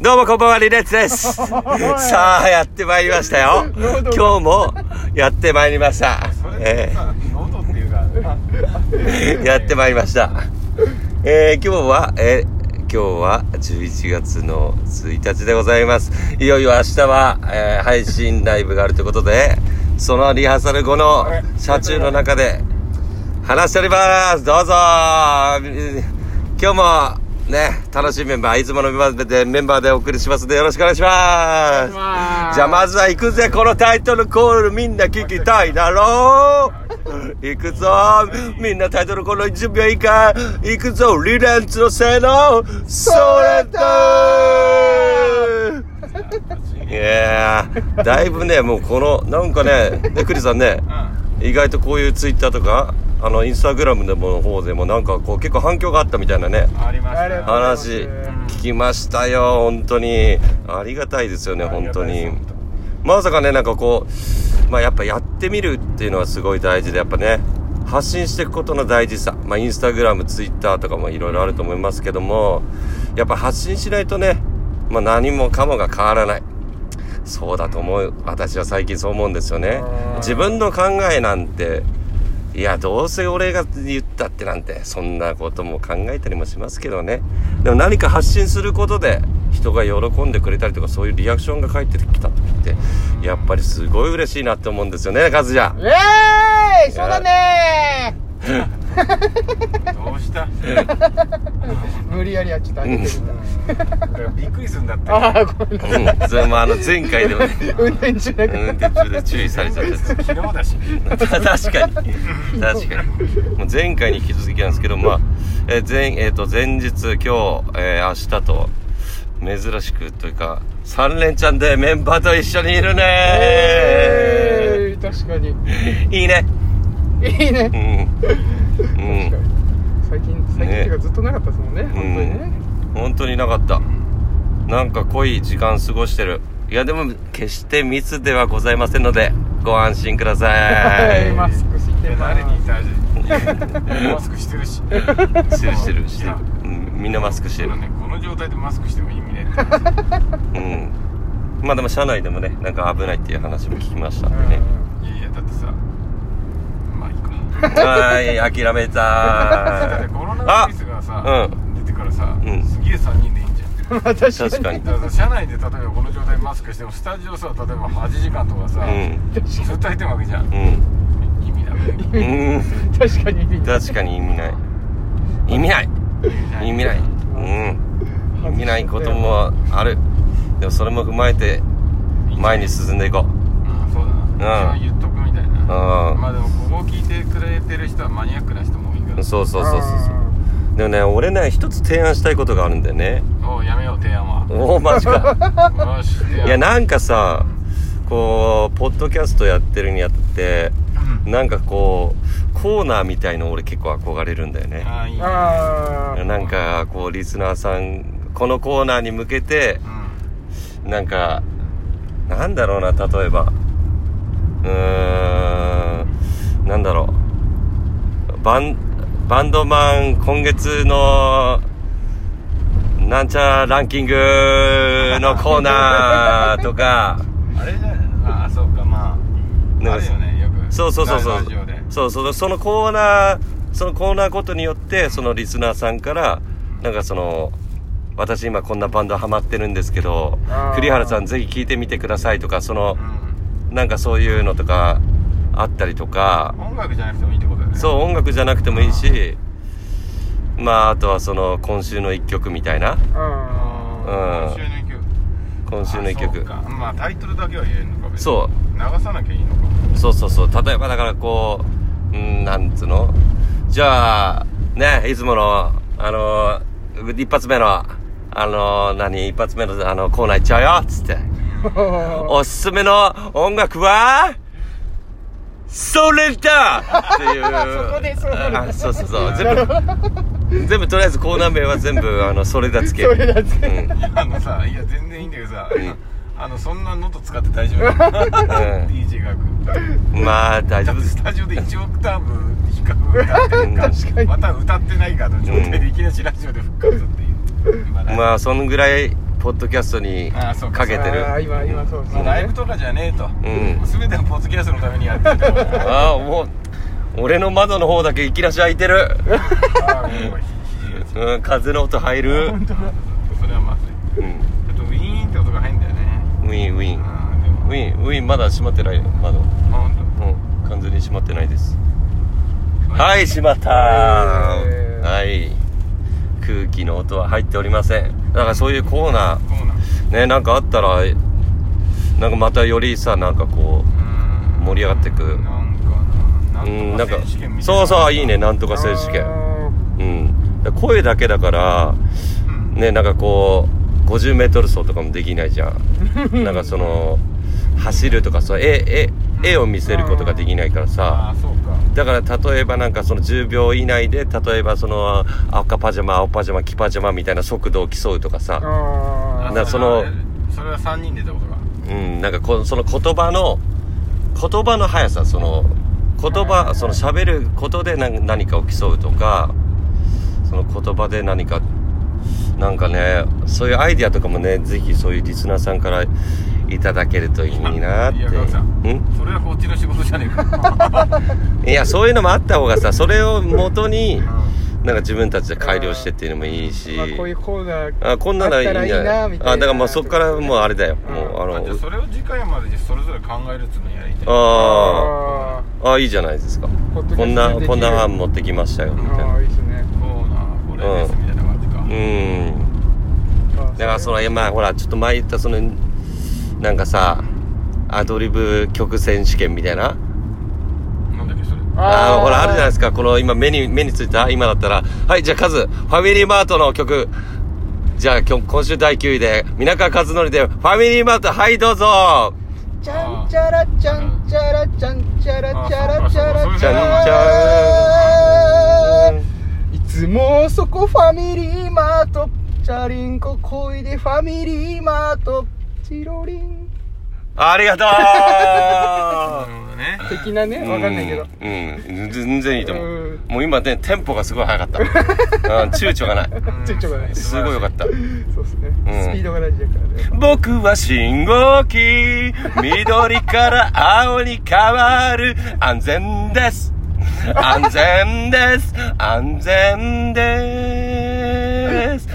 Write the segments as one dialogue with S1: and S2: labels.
S1: どうもこんばんは、リレッツです。さあ、やってまいりましたよ。今日もやってまいりました。え
S2: 喉っていうか
S1: ー やってまいりました。えー今日は、えー今日は11月の1日でございます。いよいよ明日は、えー配信ライブがあるということで、そのリハーサル後の車中の中で話しております。どうぞ今日も、ね、楽しいメンバー、いつものメンバーで、メンバーでお送りしますので、よろしくお願いします。じゃあまずは行くぜこのタイトルコールみんな聞きたいだろう行くぞみんなタイトルコール準備はいいか行くぞリレンツのせいのそれだいやーだいぶねもうこのなんかねねクリさんね意外とこういうツイッターとかあのインスタグラムでもの方でもなんかこう結構反響があったみたいなね
S2: ありましたよ
S1: 話聞きましたよ本当にありがたいですよね本当にまさかねなんかこうまあやっぱやってみるっていうのはすごい大事でやっぱね発信していくことの大事さまあインスタグラムツイッターとかもいろいろあると思いますけどもやっぱ発信しないとねまあ何もかもが変わらないそうだと思う私は最近そう思うんですよね自分の考えなんていやどうせ俺が言ったってなんてそんなことも考えたりもしますけどねでも何か発信することで人が喜んでくれたりとかそういうリアクションが返ってきた時ってやっぱりすごい嬉しいなって思うんですよねカズちゃん
S3: イエーイそうだね
S2: どうした
S3: ー無理やりやっちょっと上げてみた、
S2: びっくりするんだって
S3: ああごめんなさい
S1: うんそれもあの前回でもね
S3: 運転中だから
S1: 運転中で注意されちゃったやつ
S2: 昨日だし
S1: 確かに確かにもう前回に引き続きなんですけどまあ、えー前えー、と前日今日、えー明日と珍しくというか3連チャンでメンバーと一緒にいるね
S3: えー、確かに
S1: いいね
S3: いいね
S1: うん
S3: 確かに最近最近っていうかずっとなかったですもんね本当にね
S1: うん本当になかったなんか濃い時間過ごしてるいやでも決して密ではございませんのでご安心くださ
S3: はいい マスクしてま
S2: 誰にい
S3: す
S2: たマスクしてるし
S1: してるしてるしてる、うんみんなマスクしてる
S2: ねこの状態でマスクしても意味ね
S1: うんまあでも車内でもねなんか危ないっていう話も聞きましたんでね
S2: いやいやだってさまあいいか
S1: はい諦め
S2: だっ
S1: た
S2: てコロナウイルスがさ出てからさすげえ3人でいいんじゃん
S3: まあ 確かに
S1: 確かに
S2: だから車内で例えばこの状態でマスクしてもスタジオさ例えば8時間とかさ
S1: うん
S2: ずっと入ってるわけじゃん
S1: うん
S2: 意味なくね
S1: うん
S3: 確かに意味ない
S1: 確かに意味ない意味ない意味ないうん意味ないこともあるでもそれも踏まえて前に進んでいこう
S2: うんそうだな、
S1: うん
S2: 一応言っとくみたいな、
S1: ん
S2: まあでもここ聞いてくれてる人はマニアックな人も多いから
S1: そうそうそうそうそうでもね俺ね一つ提案したいことがあるんだよね
S2: おうやめよう提案 は
S1: おおマジか
S2: よし提案
S1: いやなんかさこうポッドキャストやってるにあたってなんかこうコーナーみたいの俺結構憧れるんだよね
S2: ああいいね
S3: あー
S1: なんかこうリスナーさんこのコーナーに向けて
S2: う
S1: なんかなんだろうな例えばうーんなんだろうバンバンドマン今月のなんちゃらランキングのコーナーとか
S2: んあれじゃないああそうかま
S1: なん
S2: あ
S1: か
S2: あるよねよく
S1: そうそうそうそう
S2: ラジオで
S1: そうそうそのコーナーそのコーナーごとによってそのリスナーさんからなんかその私今こんなバンドハマってるんですけど
S3: あー
S1: 栗原さんぜひ聴いてみてくださいとかその
S2: うん
S1: なんかそういうのとかあったりとか
S2: 音楽じゃなくてもいいってことだよね
S1: そう音楽じゃなくてもいいしまああとはその今週の一曲みたいな
S3: あ
S2: 今週の一曲
S1: 今週の一
S2: あそう
S1: 曲
S2: かまあタイトルだけは言えるのか別に
S1: そう
S2: 流さなきゃいいのか
S1: そうそうそう例えばだからこううんなんつうのじゃあねいつものあの一発目のあの何一発目のあのコーナー行っちゃうよっつって
S3: ー
S1: おすすめの音楽はそれだっていう
S3: そこでそうなる
S1: あそうそうそう全部全部とりあえずコーナー名は全部あのそれだつけ
S3: それだつけ
S1: うんうん
S2: あのさいや全然いいんだけどさ
S1: ん
S2: あのそんなノート使って大 丈夫 DJ が
S1: まあ大丈
S2: だ
S1: 夫で
S2: って
S1: す
S2: スタジオで1オクターブ低く歌ってるか
S3: 確かに
S2: また歌ってないかの状態でいきなりラジオで復活っていう今ね
S1: まあそのぐらいポッドキャストに
S2: あーそうか
S1: かけてる
S3: あー今今そうです
S2: まあ、
S3: ね
S2: ライブとかじゃねえと、
S1: ん
S2: すべ全てのポッドキャストのためにやってると思う
S1: ああもう俺の窓の方だけいきなし開いてる、
S2: ああもうひひ
S1: うん、風の音入る、
S3: 本当だ
S2: それはまずい
S1: うん、
S2: ちょっとウィーンって音が入るんだよね
S1: ウィンウィン
S2: うんで
S1: ウィ
S2: も
S1: ンウィンまだ閉まってない窓う
S2: あほんと
S1: ん完全に閉まってないですはい閉まったはい空気の音は入っておりませんだからそういうコーナー
S2: そうなん
S1: ねなんかあったらなんかまたよりさなんかこ
S2: うん
S1: 盛り上がってく
S2: なんかな
S1: ううんな
S2: な
S1: んん
S2: と
S1: か
S2: か選手権みたいな
S1: そうそういいねなんとか選手権
S3: あ
S1: うんだから声だけだから
S2: うん
S1: ねなんかこう 50m 走とかもできないじゃんなんかその走るとかそう絵絵絵を見せることができないから
S2: あ
S1: さ
S2: あそうか
S1: だから例えばなんかその10秒以内で例えばその赤パジャマ青パジャマ黄パジャマみたいな速度を競うとか
S3: ー
S1: さ
S3: あ
S1: な
S2: あ
S1: その
S2: れそれは3人でってことか
S1: うんなんかこその言葉の言葉の速さその言葉その喋ることで何何かを競うとかその言葉で何かなんかねそういうアイディアとかもねぜひそういうリスナーさんからいただけるといいなって
S2: いやガクさん
S1: ん
S2: それはこっちの仕事じゃねえ か
S1: いやそういうのもあった方がさそれを元に
S2: う
S1: なんか自分たちで改良してっていうのもいいし
S3: ーまあこういうコーナー
S1: あこんなのいいんじゃない
S3: あったらいいなみたいな
S1: あだからまあそこからもうあれだよもうあ
S2: んあじゃあ
S1: の
S2: それを次回までにそれぞれ考えるっつうのやりた
S1: あ
S2: い
S1: あ
S3: あ
S1: あいいじゃないですか
S3: ポッドキャス
S1: こ
S3: ト
S1: んな
S3: できる
S1: こんな案持ってきましたよみたい
S3: あ
S1: な
S3: ーいいですね
S2: そうなこれですみたいな感じか、
S1: うん
S3: あー
S1: だからそのまあほらちょっと前言ったそのなんかさアドリブ曲選手権みたいな
S2: なんだっけそれ
S1: ああ
S3: ー
S1: ほらあるじゃないですかこの今目に目についた今だったらはいじゃあカズファミリーマートの曲じゃあ今日今週第9位で皆川和則でファミリーマートはいどうぞ
S3: ちゃんちゃらちゃんちゃらちゃんちゃらちゃらちゃら
S1: じゃ
S3: ちゃ
S1: んじ
S3: ら
S1: ゃん
S3: いつもそこファミリーマートチャリンコこいでファミリーマートチロリン
S1: ありがとう
S2: なるほどね
S3: 的なねわかんないけど
S1: うん、うん全然いいと思
S3: う
S1: うんもう今ねテンポがすごい速かった うん躊躇がない
S2: うん
S3: ちょいちょいがない
S1: すごい良か った
S3: そうですね、
S1: ん
S3: スピードが大事だからね
S1: 僕は信号機緑から青に変わる安全です安全です安全です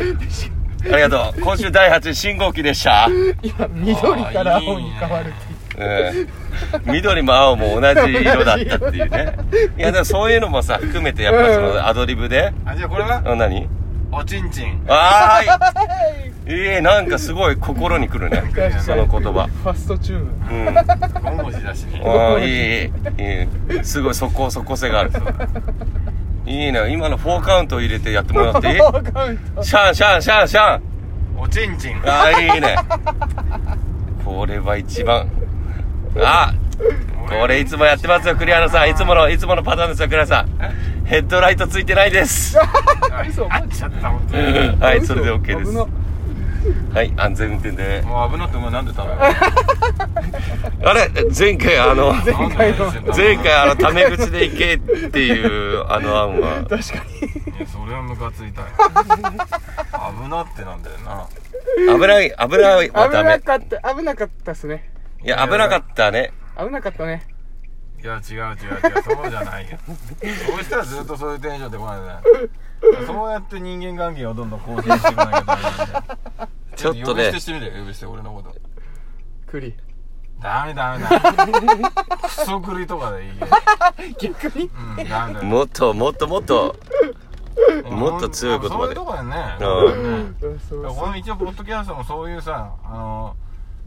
S1: ありがとう今週第8信号機でした、うん
S3: 今緑から青に変わるって
S1: 緑も青も同じ色だったっていうねいやでもそういうのもさ含めてやっぱそのアドリブで、
S2: あじゃあこれは
S1: あ何
S2: おちんちん
S1: あーい えー、なんかすごい心にくるね
S3: 言って
S1: その言葉
S3: ファストチューン
S1: うん
S2: 5文字だしね
S1: あーいいいいいいすごいそこそこ性があるいいな今の4カウント入れてやってもらって いい
S3: わかんない
S1: シャンシャンシャンシャン
S2: おちんちん
S1: あーいいねこれは一番あこれいつもやってますよ栗原さんいつものいつものパターンですよ栗原さんヘッドライトついてないです
S2: あ
S3: 嘘
S2: あっちゃった本当に
S1: はいそれで OK です
S3: 危な
S1: はい安全運転で
S2: もう危なくてもうなんで食べる
S1: あれ前回あの
S2: 前
S3: 回の
S1: 前回あのタメ口で行けっていうあの案は
S3: 確かに
S2: それはムカつい たよ危なってなんだよな
S1: 危ない危ないはダ
S3: 危な
S1: メ
S3: かった危なかったですね
S1: いや危なかったね
S3: 危なかったね
S2: いや違う違う違うそうじゃないよそうしたらずっとそういうテンションでこないねそうやって人間関係をどんどん更新していかなきゃダメなんだよ
S1: ちょっ
S2: 呼
S1: と
S2: び捨
S1: ね
S2: てしてみてよ呼び捨て俺のこと
S3: 栗
S2: ダメダメダメクソ狂いとかでいいよ
S3: 逆に
S2: うんダメだよ
S1: もっともっともっと もっと強い言
S2: そう
S1: 葉
S2: いう
S1: で
S2: とこだよね
S1: うん
S3: うんそう
S2: こ
S3: そう
S2: の一応ポッドキャストもそういうさあの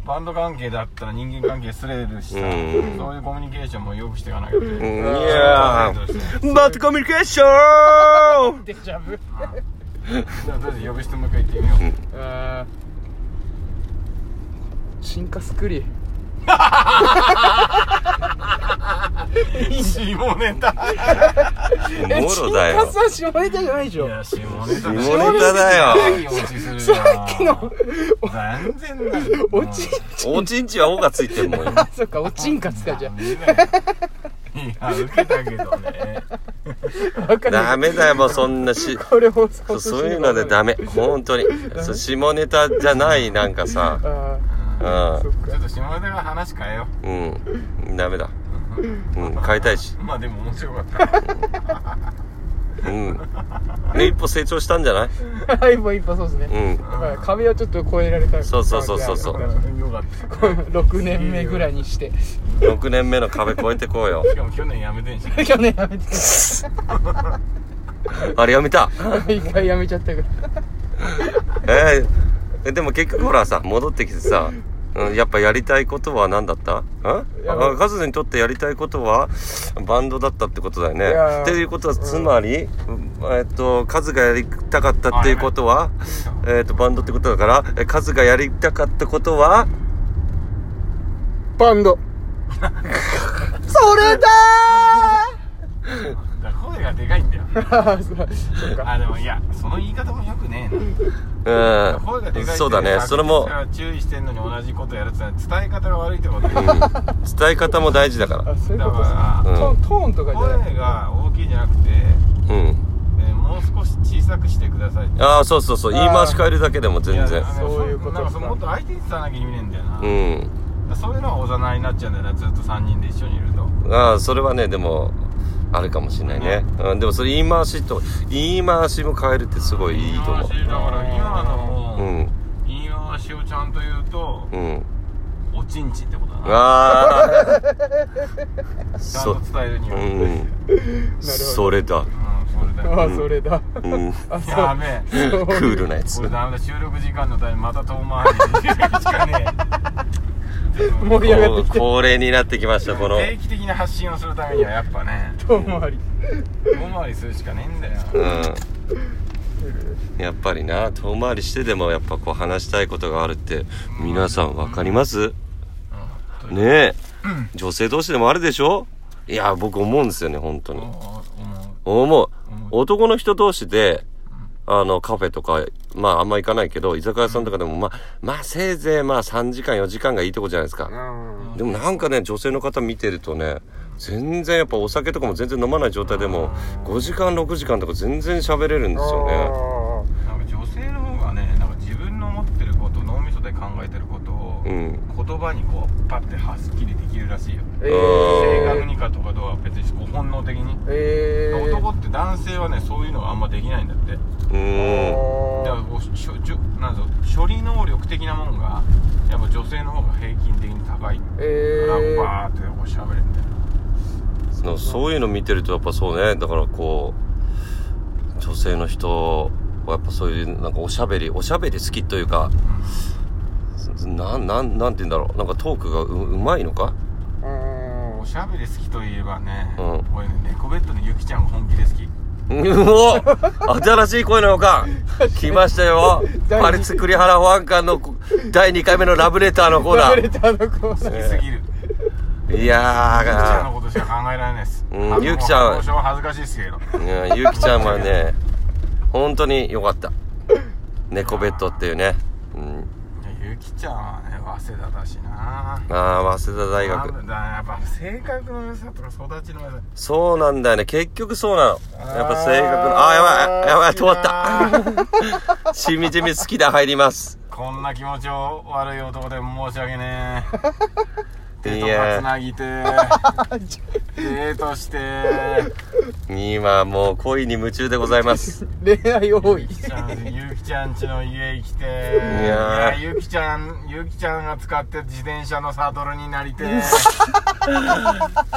S2: バンド関係だったら人間関係すれるしさ、
S1: うん
S2: そういうコミュニケーションもよくしていかなきゃいけない
S1: うんいや
S2: そういうことだよ
S1: ーバッドコミュニケーション
S3: デジャブ
S2: じゃあとりあえず呼び捨てもう一回言ってみよ う
S3: あー進化スクリ
S2: 下ネタ
S1: もろだ
S3: 進
S1: よ
S3: 化さん下ネタじゃないでし
S2: い
S3: ょ
S2: や下ネタ
S1: 下ネタだよ
S2: よさっきの全然ない
S3: おちん
S1: おちんちは「お」がついてるもんよ
S3: そっかおちんかつかじゃん
S2: いや受けたけどね
S3: わかんない
S1: ダメだよ、もうそんなし、
S3: これ放送
S1: そうそういうのでダメ。本当に。そう下ネタじゃない、なんかさ。
S3: ああそっ
S1: う
S2: ちょ
S3: か
S2: っと下ネタは話変えよ
S1: ん。うん。ダメだ。うん、変えたいし。
S2: うまあでも面白かった
S1: うん。ね、一歩成長したんじゃない
S3: はいもう一歩そうですね、
S1: うん。
S3: はい壁をちょっと越えられた
S1: そうそうそうそうそう
S2: よかった
S3: 6年目ぐらいにして
S1: 6年目の壁越えてこうよ。
S2: しかも去年やめてんし
S3: 去年やめて
S1: あれやめた。
S3: 一回やめちゃったから
S1: えー、でも結局ほらさ、戻ってきてさ、うん、やっぱやりたいことは何だったんあ
S3: やばい
S1: カズにとってやりたいことはバンドだったってことだよ
S3: いや
S1: ね。
S3: ー
S1: っていうことは、つまり、うんえっと、カズがやりたかったっていうことは、えっと、バンドってことだから、えカズがやりたかったことは、
S3: バン ドそれ
S2: だ
S3: だ
S2: から声がでかいんだよ
S3: ー そっか
S2: あでもいやその言い方もよくねえな声が
S1: う
S2: で
S1: ん、
S2: かいって
S1: そうだね。それも、
S2: 注意してんのに同じことやるってのは伝え方が悪いってことだよ
S1: うん伝え方も大事だか
S3: あそういう
S2: だ
S3: ことっすね
S2: か
S1: うん
S3: トーントーンとからじゃない
S2: 声が大きいんじゃなくて、
S1: ら。うん。
S2: えーもう少し小さくしてくださいって
S1: ああ、そうそうそう。言い回し変えるだけでも全
S2: いや
S1: 然。
S2: あの
S3: そういうこと
S2: なんかそ
S3: か
S2: もっと相手に伝えなきゃ意味ねえんだよ
S1: う
S2: な、
S1: ん。
S2: そういうのはおざなりになっちゃうんだよなずっと3人で一緒にいると
S1: ああそれはねでもあるかもしれないね、うん、でもそれ言い回しと言い回しも変えるってすごいいいと思う
S2: 言い回しだから今
S1: う
S2: の
S1: ん
S2: 言い回しをちゃんと言うと、
S1: うん
S2: おちんちんってことだな
S1: ああ
S2: ちゃん と
S1: そ
S2: 伝えるに
S1: う
S2: は、
S1: ん
S2: うん、
S1: それだ
S2: それだよ
S3: ああそれだ
S1: うん
S3: あそう
S2: やべえ
S1: クールなやつ
S2: これダメだ収録時間のためにまた遠回りでしかねえ
S3: 盛り上がってきて
S1: 恒例になってきましたこの
S2: 定期的な発信をするためにはやっぱね
S3: 遠回り
S2: 遠回りするしかねえんだよ
S1: うんやっぱりな遠回りしてでもやっぱこう話したいことがあるって皆さん分かりますねえ女性同士でもあるでしょいや僕思うんですよね本当に
S2: もうも
S1: 思う
S2: 思う
S1: 男の人同士であのカフェとかまああんま行かないけど居酒屋さんとかでもまあまあせいぜいまあ3時間4時間がいいとこじゃないですかでもなんかね女性の方見てるとね全然やっぱお酒とかも全然飲まない状態でも5時間6時間とか全然喋れるんですよね
S3: あ
S2: うなんか女性の方がねなんか自分の思ってること脳みそで考えてることを
S1: うん
S2: 言葉にこうパッてはっきりできるらしいよ
S3: ーえ
S2: 正
S1: あ
S2: 確
S3: ー
S2: にかとかどうは別にこう本能的に
S3: えー
S2: 男って男性はねそういうのがあんまできないんだって
S1: うーん
S2: だからこうしょじょなんぞ処理能力的なもんがやっぱ女性の方が平均的に高いか
S3: え
S2: ら
S3: ー
S2: バーってこう喋れるみたいな
S1: そのそういうの見てるとやっぱそうねだからこう女性の人はやっぱそういうなんかおしゃべりおしゃべり好きというかなんなんなんて言うんだろうなんかトークがううまいのか
S2: お
S3: うー
S2: しゃべり好きといえばね、
S1: うん
S2: 俺ね猫ベッドのゆきちゃんが本気で好き
S1: うお新しい声の予感来ましたよ
S3: 第二
S1: パリツ栗原保安官のこ第2回目のラブレターのコー
S3: ん
S1: ナ
S3: ラブレ
S1: ー
S3: ターのコーナー
S2: 好きすぎる、
S1: い
S2: ゆきちゃんの
S1: や
S2: ことしか考えられないです、
S1: うん
S2: あの
S1: ゆきちゃん
S2: 交渉は恥ずかしいですけど
S1: ー、うんゆきちゃんはね本当に良かった猫ベッドっていうね、うん、
S2: いやゆきちゃんはね早稲田だしな
S1: ああ早稲田大
S2: な
S1: 学
S2: んだやっぱ性格の良さとか育ちの良さ
S1: そうなんだよね。結局そうなの。やっぱ性格の、ああ、やばい、やばい、止まった。しみじみ好きだ、入ります。
S2: こんな気持ちを悪い男で申し訳ね え手と
S1: い
S2: か
S1: や
S2: つ なぎてデートして
S1: 今、もう恋に夢中でございます。
S3: 恋愛多 い
S2: ちゃんゆきちゃんちの家来てい
S1: や
S2: ゆきちゃんゆきちゃんが使って自転車のサドルになりて え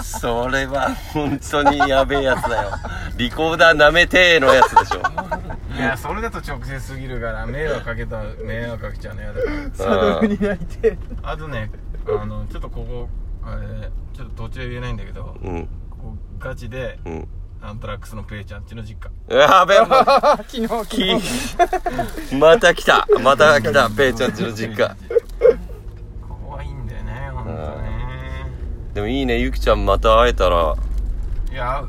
S1: それは、本当にやべえやつだよ。リコーダー舐めてーのやつでしょ。
S2: いやそれだと直接すぎるから迷惑かけた迷惑かけちゃうのやだから
S3: サドルに泣いて
S2: あとねあのちょっとここあれちょっと途中言えないんだけど
S1: うん、
S2: ここガチで
S1: うん。
S2: アントラックスのプレイちゃんちの実家
S1: やべえ、もう
S3: あ昨日昨
S1: き
S3: 日
S1: また来た。また来た、ペイちゃんちの実家。
S2: ここはいいんだよね本当ね
S1: でもいいね、ゆきちゃんまた会えたら。
S2: いや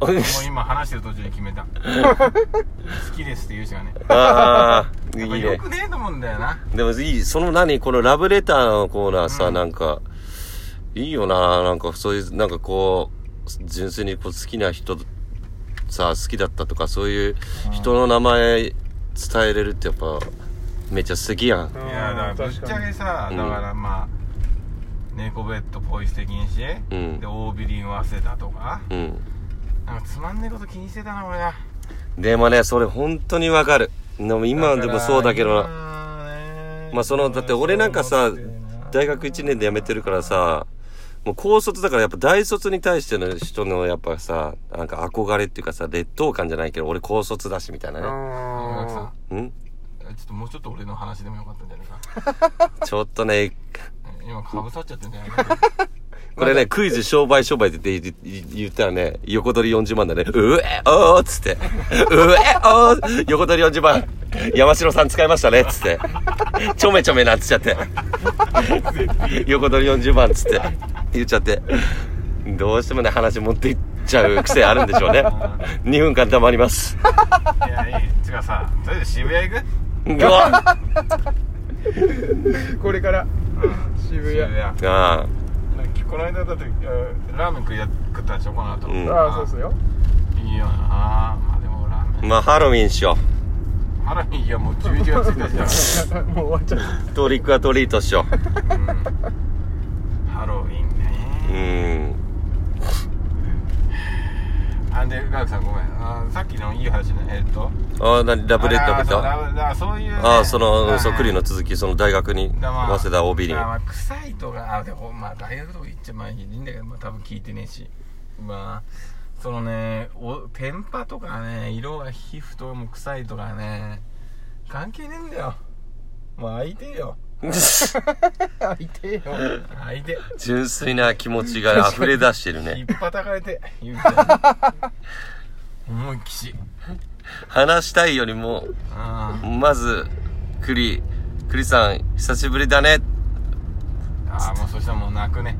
S2: もう今話してる途中に決めた好きですって言うしかね
S1: ああ、いい
S2: やっぱ
S1: ね
S2: よ。くねえと思うんだよな
S1: でもいい、その何このラブレターのコーナーさ、なんか、いいよな、なんかそういう、なんかこう、純粋にこう好きな人さ好きだったとかそういう人の名前伝えれるってやっぱめっちゃ素敵やん
S3: うん
S2: いやだからぶっちゃけさ
S1: う
S2: だ
S1: ん
S2: からまあ猫ベッドポイ捨て禁止、
S1: うん
S2: で大ビリン早稲田とか
S1: うん
S2: なんかつまんねえこと気にしてたな俺な
S1: でもねそれ本当にわかるでも今でもそうだけどなまあそのだって俺なんかさ大学1年で辞めてるからさもう高卒だからやっぱ大卒に対しての人のやっぱさなんか憧れっていうかさ劣等感じゃないけど俺高卒だしみたいなね
S2: 大学さ
S3: あ
S1: うん
S2: ちょっともうちょっと俺の話でもよかったんじゃないか
S1: ちょっとね
S2: 今かぶさっちゃってんじゃない
S1: これね、クイズ商売商売って言って言ったらね、横取り40万だね。うえおーっつって。うえおー横取り40万。山城さん使いましたねっつって。ちょめちょめなっつっちゃって。横取り40万っつって言っちゃって。どうしてもね、話持っていっちゃう癖あるんでしょうね。2分間黙ります。
S2: いやいいつうかさとりあえず渋谷行く
S1: うわ
S3: ーこれから渋谷
S2: なんか
S1: あ
S2: この間だってあラーメン食いや食ったでしょこの後、
S1: うん
S3: ああそうっすよ
S2: いいよなまあでもラー
S1: あ
S2: メン
S1: まあ、ハロウィンしよ
S2: ハラミいやもう11月1日だか
S3: もう終わっちゃった
S1: う。トリックはトリートしよ
S2: ら、うん ハロウィン
S1: う。う
S2: ね、
S1: ん。
S2: あでガクさんごめんあさっきのいい話ねえっと
S1: あ、なに、ラブレッド食
S2: あー
S1: べ
S2: そう
S1: た
S2: ラブラそういうね、
S1: ああその
S2: はい
S1: そっくりの続きその大学に
S2: だま
S1: 早
S2: あ
S1: 稲田 OB に
S2: だまあ臭いとかあでもまあ大学とか行っちゃまあいいんだけどまあ多分聞いてねえしまあそのねお天パとかね色が皮膚とかも臭いとかね関係ねえんだよもう相手よ
S3: あ痛えよ
S2: 相手
S1: 純粋な気持ちが溢れ出してる
S2: 引
S1: ね
S2: っ張たかれて言うみたいに思いっきし
S1: 話したいよりも
S2: あ
S1: まずクリクリさん久しぶりだね
S2: あもうそしたらもう泣くね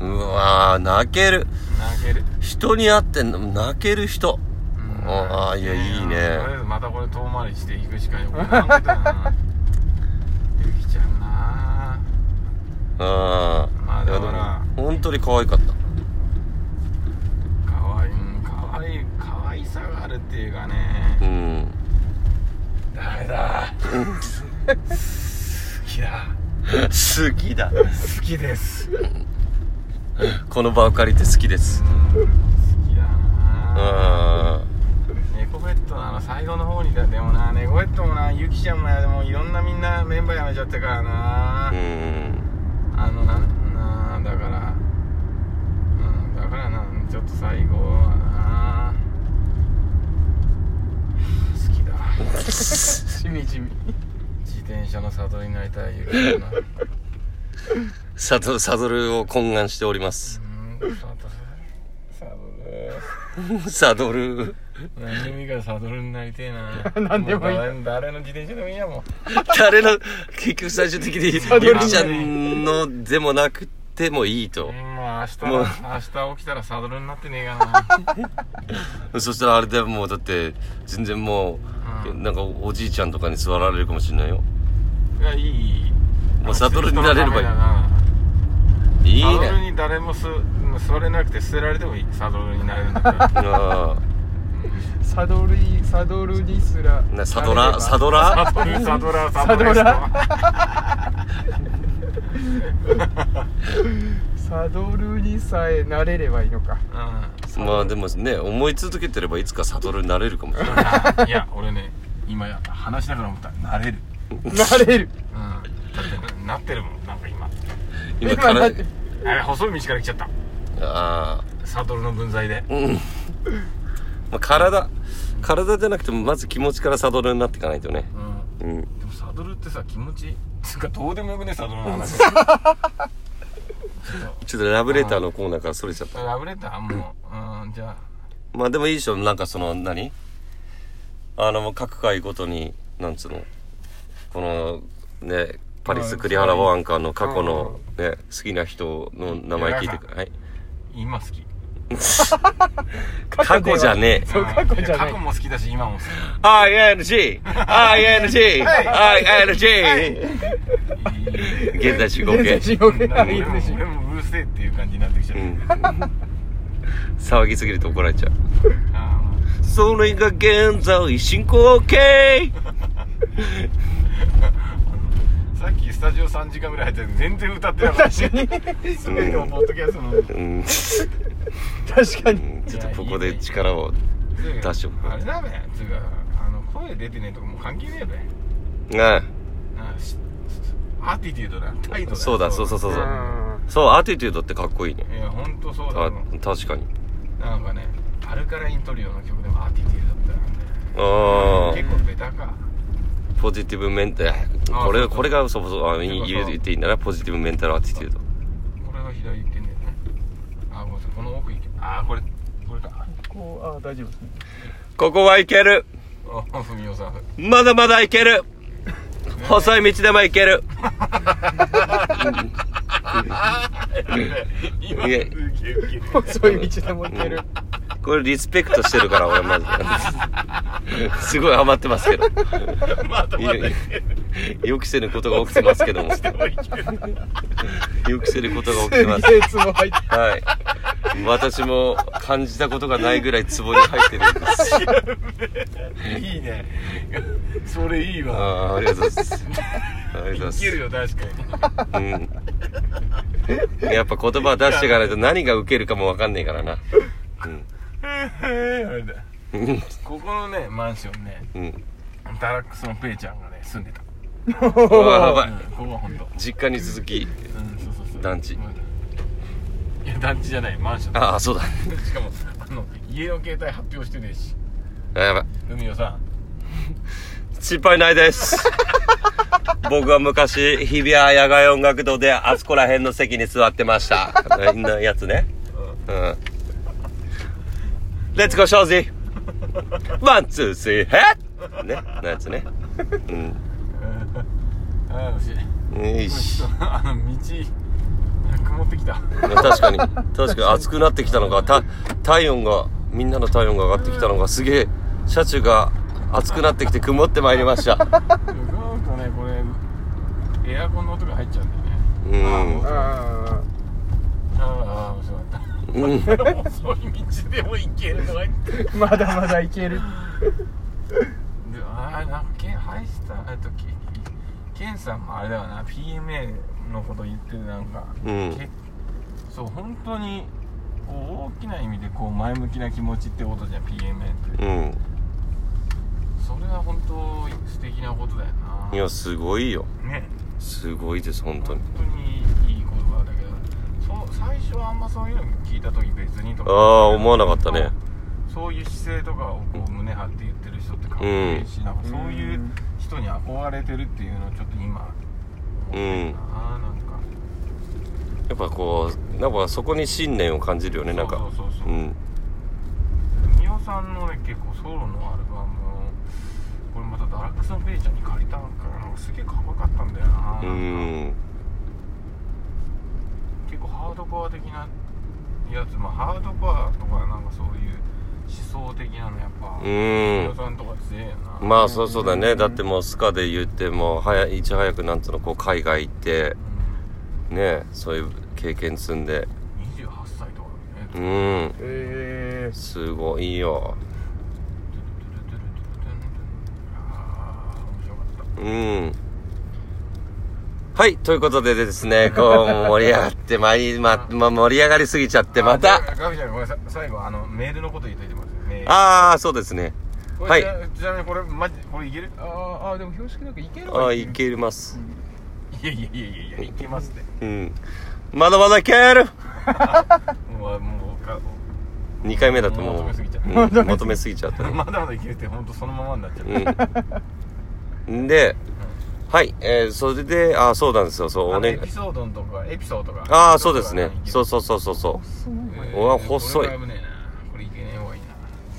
S1: うわー泣ける
S2: 泣ける
S1: 人に会ってんの泣ける人
S2: うん
S1: ああいやいいね
S2: とりあえずまたこれ遠回りして行くしかよくないことだな ゆきちゃんな
S1: うんま
S2: まあだから
S1: 本当に可愛かった
S2: かわいいうんかわいいかわいさがあるっていうか
S1: う
S2: ね
S1: ん
S2: ダメだ 好きだ
S1: 好きだ
S2: 好きですうん好
S1: この場を借りて好きです
S2: きだ
S1: うん
S2: な
S1: あ
S2: 猫ベッドのあの最後の方にだでもな猫ベッドもなゆきちゃんもやでもいろんなみんなメンバーやめちゃったからな
S1: うん
S2: あのなんなあだからうんだからなちょっと最後はな好きだ
S3: しみじみ
S2: 自転車のサドルになりたいゆきちゃんなう
S1: サドサドルを懇願しております
S2: ーんサドル
S1: サ
S2: サド
S1: ドル
S2: ル何でもいいからサドルになりてえ な
S3: 何でもいい
S2: もう誰誰の自転車でもいいやもう
S1: 誰の、結局最終的に、ゆき
S3: ドル
S1: ちゃんのでもなくてもいいと
S2: うん。もう明日
S1: もう
S2: 明日起きたらサドルになってねえか
S1: そしたらあれでもうだって、全然も
S2: う
S1: う、
S2: ん
S1: なんかおじいちゃんとかに座られるかもしれないよ。
S2: な いやいいいい
S1: もうサドルになれればいい
S2: 人のため
S1: い
S2: だないサドル
S1: ね。
S2: に誰もす座れなくて捨てられてもいいサドルになれるんだから
S1: あ
S3: サドルにサドルにすら
S1: あ。なサドラ、 サド
S2: サ
S1: ラ
S2: ドルサドラ
S3: サドラ
S2: レスト
S3: サドルにさえ慣れればいいのか
S1: まあでもね、思い続けてればいつかサドルになれるかもしれ ない。
S2: うんいや俺ね今や話しながら思った慣れる
S3: 慣れる
S2: うんだってなってるもんなんか今
S1: 今から、
S3: だ
S1: あ
S3: って
S2: あれ細い道から来ちゃった
S1: あ。
S2: サドルの分際で
S1: まあ体、体じゃなくてもまず気持ちからサドルになっていかないとね。
S2: うん
S1: うん。
S2: でもサドルってさ気持ちいいつうかどうでもよくねサドルの 話
S1: ちょっとラブレターのコーナーからそれちゃった。
S2: ラブレターもううんじゃ
S1: まあでもいいでしょなんかその何あの各回ごとになんつうのこのねパリス栗原保安官の過去のね好きな人の名前聞いてくはい
S2: あ今好き
S1: 過去じゃねえ
S3: そう過去じゃな
S2: 過
S3: い
S2: 去も好きだし今も好き
S1: ING! ING! ING!
S2: いいいいいい
S1: 現在進行形
S2: なんか
S3: いい
S2: 俺も
S3: ですよ
S2: 俺もうるせえっていう感じになってきちゃ
S1: う
S2: う、
S1: ん騒ぎすぎると怒られちゃう
S2: ああ
S1: それが現在進行形
S2: さっきスタジオ3時間ぐらい入って全然歌ってなかったし全てをポッドキャストの
S1: うん
S3: 確かに
S1: ちょっとここで力を出しとく
S2: あれだべつうかあの声出てねえとかもう関係ねえべ
S1: ね
S2: あしアティテュードだ態度だ
S1: そうだそうそうそう
S3: う
S1: そうんそうアティテュードってかっこいいね
S2: いや本当そうだ
S1: た
S2: よ
S1: 確かに
S2: なんかねアルカライントリオの曲でもアティテュードだった
S1: あ
S2: よね結構ベタか
S1: あポジティブメンタル
S2: あ
S1: こ
S2: そ
S1: れ
S2: うそう
S1: これがそうそうあいい
S2: そうそう
S1: 言っていいんだなポジティブメンタルアティテュード
S2: これが左行ってんだよねあごめんなさいこの奥行けあこれこれか
S3: こうあ大丈夫ですね
S1: ここはいける
S2: あふみおさん
S1: まだまだいける細い道でもいける
S2: 今
S1: いえ
S2: すげえウケる
S3: 細い道でも行ける
S1: これリスペクトしてるから俺マジで すごいハマってますけど
S2: まだ
S1: い
S2: まだ
S1: やいや 予期せぬことが起きてますけど も予期せぬことが起き
S3: す
S1: て
S3: げ
S1: ま
S3: え
S1: す
S3: ツボ入って
S1: はい私も感じたことがないぐらいツボに入ってるんです
S2: いいねそれいい
S1: あ
S2: わ
S1: あありがとうございますありがとうございま
S2: い
S1: す
S2: けるよ確かに
S1: うんやっぱ言葉出していかないと何がウケるかもわかんねえからな
S2: あれだ
S1: うん
S2: ここのねマンションね
S1: うん
S2: ダラックスのペイちゃんがね住んでた
S1: うわやば
S2: うん
S1: い
S2: ここは本当。
S1: 実家に続き
S2: うんそうそうそう
S1: 団地
S2: うんいや団地じゃないマンション
S1: ああそう
S2: しかもあの家の携帯発表してねえし
S1: だあやばい
S2: 海野さん
S1: 心配ないです。僕は昔、日比谷野外音楽堂で、あそこら辺の席に座ってました。なやつね。うん。レッツゴー庄司ワン、ツー、スリー、ヘッね、のやつね。
S2: ああし
S1: うん。よし。
S2: あの道曇ってきた
S1: 確かに、確かに暑くなってきたのが、た、体温が、みんなの体温が上がってきたのが、すげえ、車中が暑くなってきて曇ってまいりました。
S2: 動くとねこれエアコンの音が入っちゃうんだよね
S1: うん。
S3: あ
S2: ああ面白かった
S1: うん。
S2: 細い道でも行けるとか言ってで
S3: ーまだまだいける
S2: ああなんかけん排出えっとけケンさんもあれだよな PMA のこと言ってるなんか、
S1: うん
S2: けそう本当にこう大きな意味でこう前向きな気持ちってことじゃん PMA って
S1: うん。
S2: それは本当素敵なことだよない
S1: や、すごいよ。
S2: ね
S1: すごいです、本当に
S2: 本。当にいい言葉だけどそう最初はあんまそういうの聞いた時別にとか
S1: ああ思わなかったね
S2: そういう姿勢とかをこう胸張って言ってる人ってかっこいいし、なんかそういう人に憧れてるっていうのをちょっと今思ってるな、なんか
S1: やっぱこうなんかそこに信念を感じるよねなん
S2: そ
S1: か
S2: うそうそう
S1: う
S2: そうんみおさんのね結構ソロのアルバムをこれまたダラックスのペイちゃんに借りたんからなんかすげえかっこよかったんだよななん
S1: う
S2: か
S1: ん
S2: 結構ハードコア的なやつまあハードコアとかなんかそういう思想的なのやっぱ、
S1: うん
S2: みおさんとか強えよな、
S1: まあそうそうだねだってもうスカで言ってもう早いいち早くなんつうのこう海外行ってねそういう経験積んで
S2: 28歳とか
S1: う
S2: ね、
S1: ん
S3: え
S1: すごいよ
S2: ああ面白かった
S1: うんはいということでです ねこう盛り上がってまいりま、まあ、盛り上がりすぎちゃってま
S2: あ
S1: た
S2: ガビちゃんごめんなさい最後あのメールのこと言っといてもらってメール
S1: ああそうですね
S2: これ
S1: はい
S2: じゃあじゃあねこれマジこれいけるあーあーでも標識なんかいける
S1: あ
S2: わ
S1: あいけます
S2: いやいやいやいやいやいけますって
S1: うんまだまだいける
S2: もうもうか
S1: 2回目だともう
S2: 求めすぎちゃ
S1: うん求めすぎちゃったね
S2: まだまだいけるって本当そのままになっちゃった、
S1: うんではいえーそれであそうなんですよそう
S2: あ
S1: お
S2: の
S1: ね
S2: エピソードのとかエピソードが
S1: ああそうですねそううそうそうそうそ
S2: お
S1: うわ細い
S2: これは危ねえなこれいけねえ方がいいない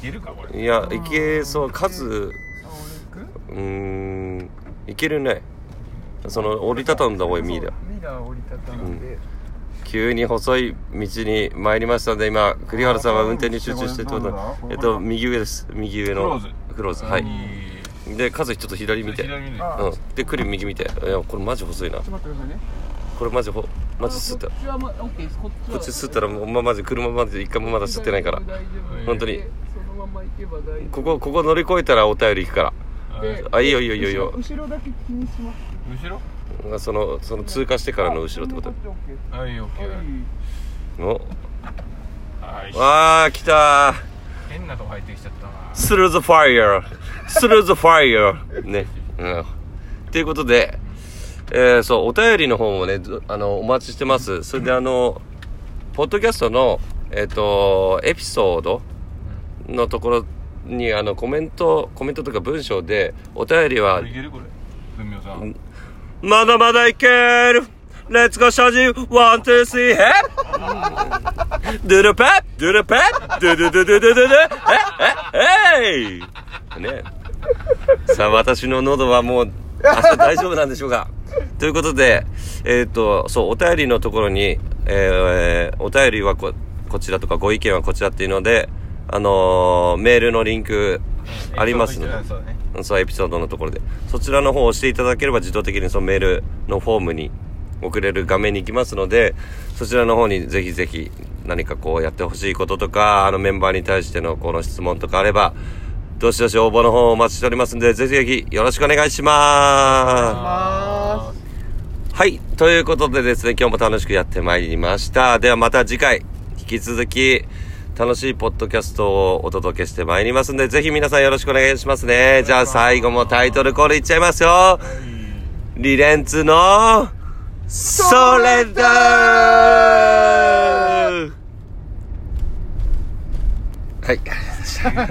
S2: けるかこ
S1: う
S2: れ
S1: いやいけそう数
S3: 俺行く
S1: うーんいけるねその折りたたんだ方がいいミーだ
S3: ミラー折りたたんで
S1: 急に細い道に参りましたので今栗原さんは運転に集中してってこと
S2: これはどうだ
S1: えっと右上です右上の
S2: クロー
S1: クローズはいで数ちょっと左見て
S2: 左見る
S3: あ
S1: うんで栗右見ていやこれマジ細いな
S3: ちょっと待ってくださいね
S1: これマジほマジ吸った
S3: こっちはまオッケーですこっち
S1: こっち吸ったらもうまマジ車まで一回もまだ吸ってないから
S3: 大丈夫
S1: 本当に
S3: そののまま行けば大丈
S1: ここここ乗り越えたらお便り行くか
S3: 夫
S2: で
S3: で
S1: あいいよいいよいいよいいよ
S3: 後ろ後ろだけ気にします
S2: 後ろ
S1: らそのその通過してからの後ろってこと
S2: はい、オッケー。
S1: お
S2: はい。
S1: あー来たー
S2: 変なとこ入ってきちゃったな。
S1: Through the fire Through the fire ねうんということでえー、そうお便りの方もねずあのお待ちしてますそれであのポッドキャストのえっ、とエピソードのところにあのコメントコメントとか文章でお便りは
S2: これいけるこれ。文明さん。
S1: まだまだいけるレッツゴーシャジーワン、ツー、スリー、ヘッドゥルペッドゥルペッドゥドゥドゥドゥドゥドゥドゥえええいねさあ、私の喉はもう、明日大丈夫なんでしょうかということで、えっ、と、そう、お便りのところに、えーお便りはここちらとか、ご意見はこちらっていうので、あのーメールのリンクありますので、
S2: そうだね。
S1: そうエピソードのところでそちらの方を押していただければ自動的にそのメールのフォームに送れる画面に行きますのでそちらの方にぜひぜひ何かこうやってほしいこととかあのメンバーに対してのこの質問とかあればどしどし応募の方をお待ちしておりますのでぜひぜひよろしくお願いしま
S3: ます
S1: はいということでですね今日も楽しくやってまいりましたではまた次回引き続き楽しいポッドキャストをお届けしてまいりますので、ぜひ皆さんよろしくお願いしますね。じゃあ最後もタイトルコールいっちゃいますよ。リレンツの、それだーはい。